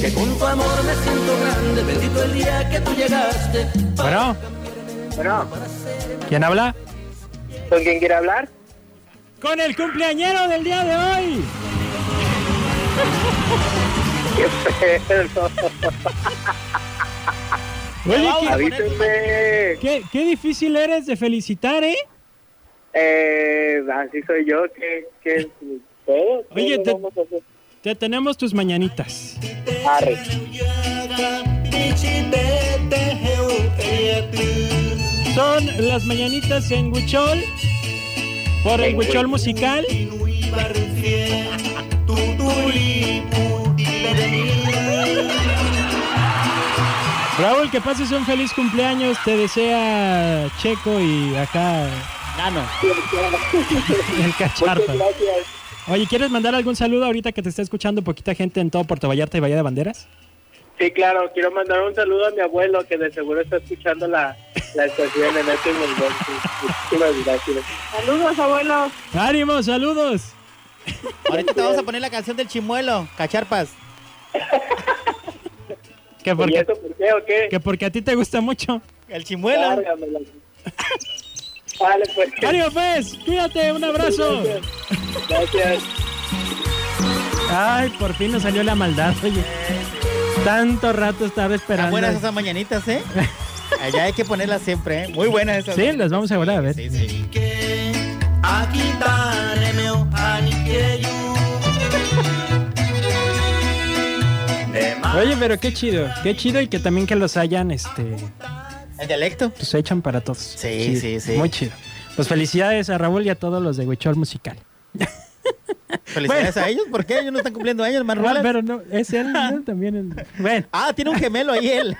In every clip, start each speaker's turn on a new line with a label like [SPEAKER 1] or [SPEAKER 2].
[SPEAKER 1] Que con tu amor me siento grande, bendito el día que tú llegaste.
[SPEAKER 2] Bueno,
[SPEAKER 3] Bueno,
[SPEAKER 2] ¿quién habla?
[SPEAKER 3] ¿con quién quiere hablar?
[SPEAKER 2] Con el cumpleañero del día de hoy.
[SPEAKER 3] ¡Qué pedo!
[SPEAKER 2] Oye, qué,
[SPEAKER 3] Avísenme.
[SPEAKER 2] qué- qué difícil eres de felicitar, ¿eh?
[SPEAKER 3] Eh, así soy yo. ¿Qué? ¿Qué? ¿Qué?
[SPEAKER 2] Oye,
[SPEAKER 3] ¿Qué
[SPEAKER 2] te-
[SPEAKER 3] vamos a hacer?
[SPEAKER 2] Te tenemos tus mañanitas.
[SPEAKER 3] Arre.
[SPEAKER 2] Son las mañanitas en Huichol por el Huichol Musical. Raúl, que pases un feliz cumpleaños. Te desea Checo y acá
[SPEAKER 4] Nano.
[SPEAKER 2] el
[SPEAKER 3] Muchas
[SPEAKER 2] cacharpa.
[SPEAKER 3] gracias.
[SPEAKER 2] Oye, ¿quieres mandar algún saludo ahorita que te está escuchando poquita gente en todo Puerto Vallarta y Bahía de Banderas?
[SPEAKER 3] Sí, claro, quiero mandar un saludo a mi abuelo que de seguro está escuchando la, la estación en este momento. Muchísimas gracias.
[SPEAKER 5] Saludos, abuelo.
[SPEAKER 2] ¡Ánimo, saludos!
[SPEAKER 4] Ahorita te vamos a poner la canción del chimuelo, cacharpas.
[SPEAKER 2] Que
[SPEAKER 3] ¿Y
[SPEAKER 2] porque,
[SPEAKER 3] eso por qué o qué?
[SPEAKER 2] que porque a ti te gusta mucho.
[SPEAKER 4] El chimuelo.
[SPEAKER 3] Cárgamela. Vale, pues.
[SPEAKER 2] ¡Ánimo, pues! ¡Cuídate! ¡Un abrazo!
[SPEAKER 3] Gracias.
[SPEAKER 2] Ay, por fin nos salió la maldad, oye. Tanto rato estaba
[SPEAKER 4] Están
[SPEAKER 2] esperando.
[SPEAKER 4] buenas esas mañanitas, ¿eh? Allá hay que ponerlas siempre, ¿eh? Muy buenas esas.
[SPEAKER 2] Sí, las vamos a volar, a ver.
[SPEAKER 4] Sí, sí.
[SPEAKER 2] Oye, pero qué chido, qué chido y que también que los hayan, este,
[SPEAKER 4] El dialecto.
[SPEAKER 2] pues echan para todos.
[SPEAKER 4] Sí,
[SPEAKER 2] Chido,
[SPEAKER 4] sí, sí.
[SPEAKER 2] Muy chido. Pues felicidades a Raúl y a todos los de Huichol Musical.
[SPEAKER 4] Felicidades a ellos, ¿por qué? Ellos no están cumpliendo años, más
[SPEAKER 2] Ah, pero no, es él ¿no? también. el- Bueno,
[SPEAKER 4] Ah, tiene un gemelo ahí él.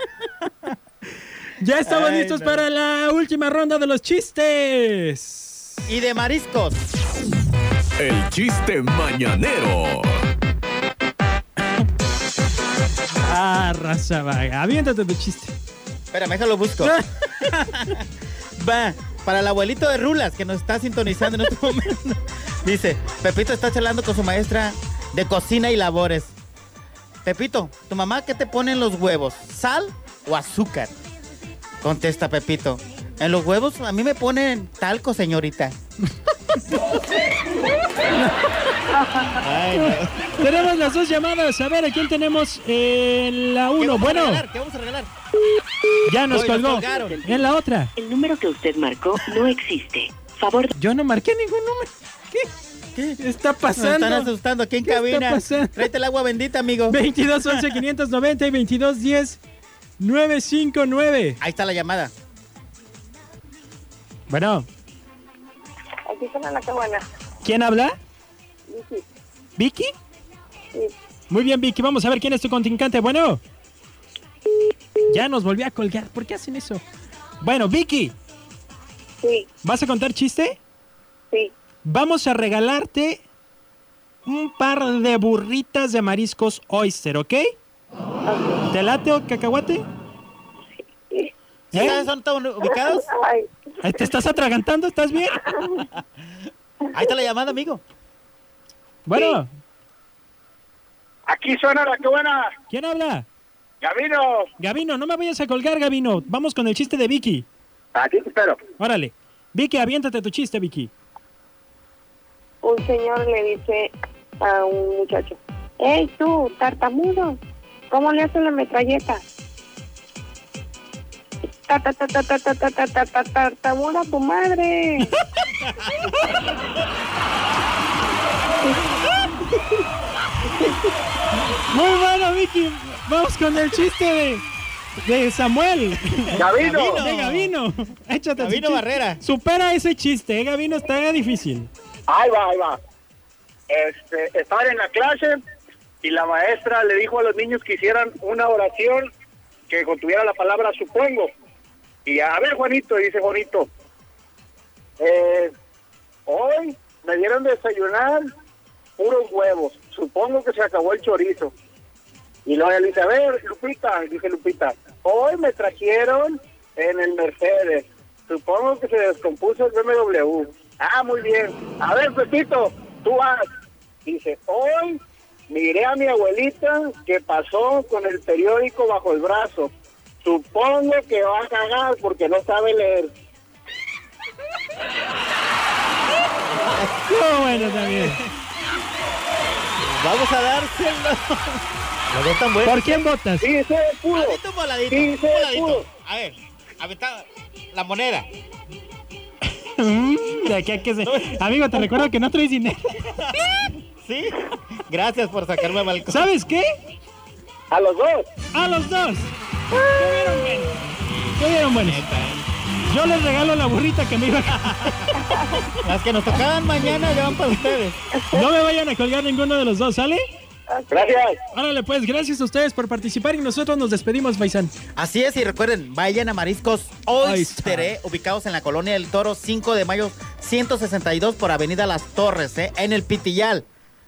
[SPEAKER 2] ya estamos
[SPEAKER 4] Ay,
[SPEAKER 2] listos
[SPEAKER 4] no.
[SPEAKER 2] para la última ronda de los chistes.
[SPEAKER 4] Y de mariscos.
[SPEAKER 6] El chiste mañanero.
[SPEAKER 2] Ah, raza vaga. Aviéntate tu chiste.
[SPEAKER 4] Espérame, déjalo busco. Va, para el abuelito de Rulas que nos está sintonizando en este momento. Dice, Pepito está charlando con su maestra de cocina y labores. Pepito, ¿tu mamá qué te pone en los huevos? ¿Sal o azúcar? Contesta Pepito. En los huevos a mí me ponen talco, señorita. Ay, no.
[SPEAKER 2] Tenemos las dos llamadas. A ver, ¿a quién tenemos en la
[SPEAKER 4] ¿Qué
[SPEAKER 2] uno?
[SPEAKER 4] vamos a
[SPEAKER 2] Bueno,
[SPEAKER 4] regalar? ¿Qué vamos a regalar?
[SPEAKER 2] ya nos
[SPEAKER 4] Hoy nos
[SPEAKER 2] colgó.
[SPEAKER 4] colgaron.
[SPEAKER 2] En la otra.
[SPEAKER 7] El número que usted marcó no existe. Favor
[SPEAKER 2] Yo no marqué ningún número. ¿Qué? ¿Qué está
[SPEAKER 4] Nos están
[SPEAKER 2] pasando?
[SPEAKER 4] asustando aquí en
[SPEAKER 2] ¿Qué está
[SPEAKER 4] cabina.
[SPEAKER 2] pasando?
[SPEAKER 4] Tráete el agua bendita, amigo.
[SPEAKER 2] 22 11 590 y 22 10 959.
[SPEAKER 4] Ahí está la llamada.
[SPEAKER 2] Bueno,
[SPEAKER 5] Aquí está la cabana.
[SPEAKER 2] ¿quién habla? Vicky. Muy bien, Vicky. Vamos a ver quién es tu contrincante. Bueno. Ya nos volvió a colgar. ¿Por qué hacen eso? Bueno, Vicky,
[SPEAKER 5] Sí,
[SPEAKER 2] ¿vas a contar chiste?
[SPEAKER 5] sí.
[SPEAKER 2] Vamos a regalarte un par de burritas de mariscos oyster, ¿ok? ¿Te late o cacahuate?
[SPEAKER 4] ¿Sí
[SPEAKER 2] ¿Eh?
[SPEAKER 4] sabes dónde están ubicados?
[SPEAKER 5] Ay,
[SPEAKER 2] Ay, ¿Te estás atragantando? ¿Estás bien?
[SPEAKER 4] Ahí está la llamada, amigo.
[SPEAKER 2] Bueno,
[SPEAKER 3] Aquí suena la que buena.
[SPEAKER 2] ¿quién habla?
[SPEAKER 3] Camino.
[SPEAKER 2] Gabino, no me vayas a colgar, Gabino. Vamos con el chiste de Vicky.
[SPEAKER 3] Aquí te espero.
[SPEAKER 2] Órale. Vicky, aviéntate tu chiste, Vicky.
[SPEAKER 5] un señor le dice a un muchacho, hey tú, tartamudo, ¿cómo le hacen la metralleta? Ta, ta, ta, ta, ta, ta, ta, ta, ta, ta, Tartamudo a tu madre.
[SPEAKER 2] Muy bueno, Vicky. Vamos con el chiste de, de Samuel.
[SPEAKER 3] Camino.
[SPEAKER 2] De Gabino. Échate tu
[SPEAKER 4] Gabino
[SPEAKER 2] chiste.
[SPEAKER 4] Barrera.
[SPEAKER 2] Supera ese chiste, ¿eh, Gabino? Está difícil.
[SPEAKER 3] Ahí va, ahí va. Este, estaba en la clase y la maestra le dijo a los niños que hicieran una oración que contuviera la palabra supongo. Y a ver, Juanito, dice Juanito, eh, hoy me dieron desayunar puros huevos. Supongo que se acabó el chorizo. Y luego ella le dice, a ver, Lupita, dice Lupita, hoy me trajeron en el Mercedes. Supongo que se descompuso el BMW. Ah, muy bien. A ver, Pepito, tú vas. Dice, hoy miré a mi abuelita que pasó con el periódico bajo el brazo. Supongo que va a cagar porque no sabe leer.
[SPEAKER 2] Estuvo bueno también.
[SPEAKER 4] Vamos a dárselo. Los dos tan buenos.
[SPEAKER 2] ¿Por quién votas?
[SPEAKER 3] Sí se pudo.
[SPEAKER 4] Aventa un voladito.
[SPEAKER 3] Sí
[SPEAKER 4] un
[SPEAKER 3] se
[SPEAKER 4] voladito.
[SPEAKER 3] pudo.
[SPEAKER 4] A ver, aventa la moneda.
[SPEAKER 2] Mm, de aquí a que se- Amigo, te recuerdo que no traes dinero.
[SPEAKER 4] ¿Sí? Gracias por sacarme a balcón.
[SPEAKER 2] ¿Sabes qué?
[SPEAKER 3] A los dos.
[SPEAKER 2] A los dos. ¿Qué vieron, bueno? Yo les regalo la burrita que me iba a...
[SPEAKER 4] Las que nos tocaban mañana ya van para ustedes.
[SPEAKER 2] No me vayan a colgar ninguno de los dos, ¿sale?
[SPEAKER 3] Gracias.
[SPEAKER 2] Órale, pues, gracias a ustedes por participar y nosotros nos despedimos, Faisán.
[SPEAKER 4] Así es, y recuerden, vayan a Mariscos Oyster,
[SPEAKER 2] Oyster.
[SPEAKER 4] ¿eh? ubicados en la Colonia del Toro, 5 de mayo 162 por Avenida Las Torres, ¿eh? en el Pitillal.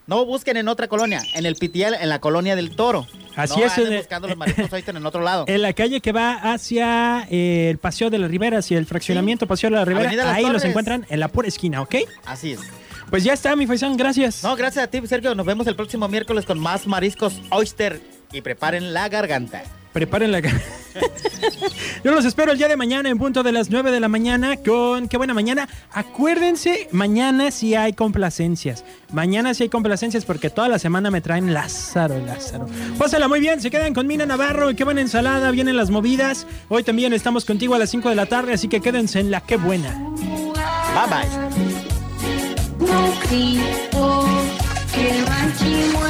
[SPEAKER 4] No busquen en otra colonia, en el Pitillal, en la Colonia del Toro.
[SPEAKER 2] Así
[SPEAKER 4] No
[SPEAKER 2] es,
[SPEAKER 4] anden
[SPEAKER 2] en el- Eh,
[SPEAKER 4] buscando los Mariscos Oyster en otro lado.
[SPEAKER 2] En la calle que va hacia eh, el Paseo de la Ribera, hacia el fraccionamiento Paseo de la Ribera,
[SPEAKER 4] Avenida Las
[SPEAKER 2] ahí los
[SPEAKER 4] Torres.
[SPEAKER 2] encuentran en la pura esquina, ¿ok?
[SPEAKER 4] Así es.
[SPEAKER 2] Pues ya está, mi Faisán, gracias.
[SPEAKER 4] No, gracias a ti, Sergio. Nos vemos el próximo miércoles con más Mariscos Oyster. Y preparen la garganta.
[SPEAKER 2] Preparen la cara. Yo los espero el día de mañana en punto de las 9 de la mañana con Qué buena mañana. Acuérdense, mañana sí hay complacencias. Mañana sí hay complacencias porque toda la semana me traen Lázaro, Lázaro. Pásala muy bien, se quedan con Mina Navarro. Qué buena ensalada, vienen las movidas. Hoy también estamos contigo a las 5 de la tarde, así que quédense en la Qué buena.
[SPEAKER 4] Bye bye.
[SPEAKER 8] No grito, que va chimuelo.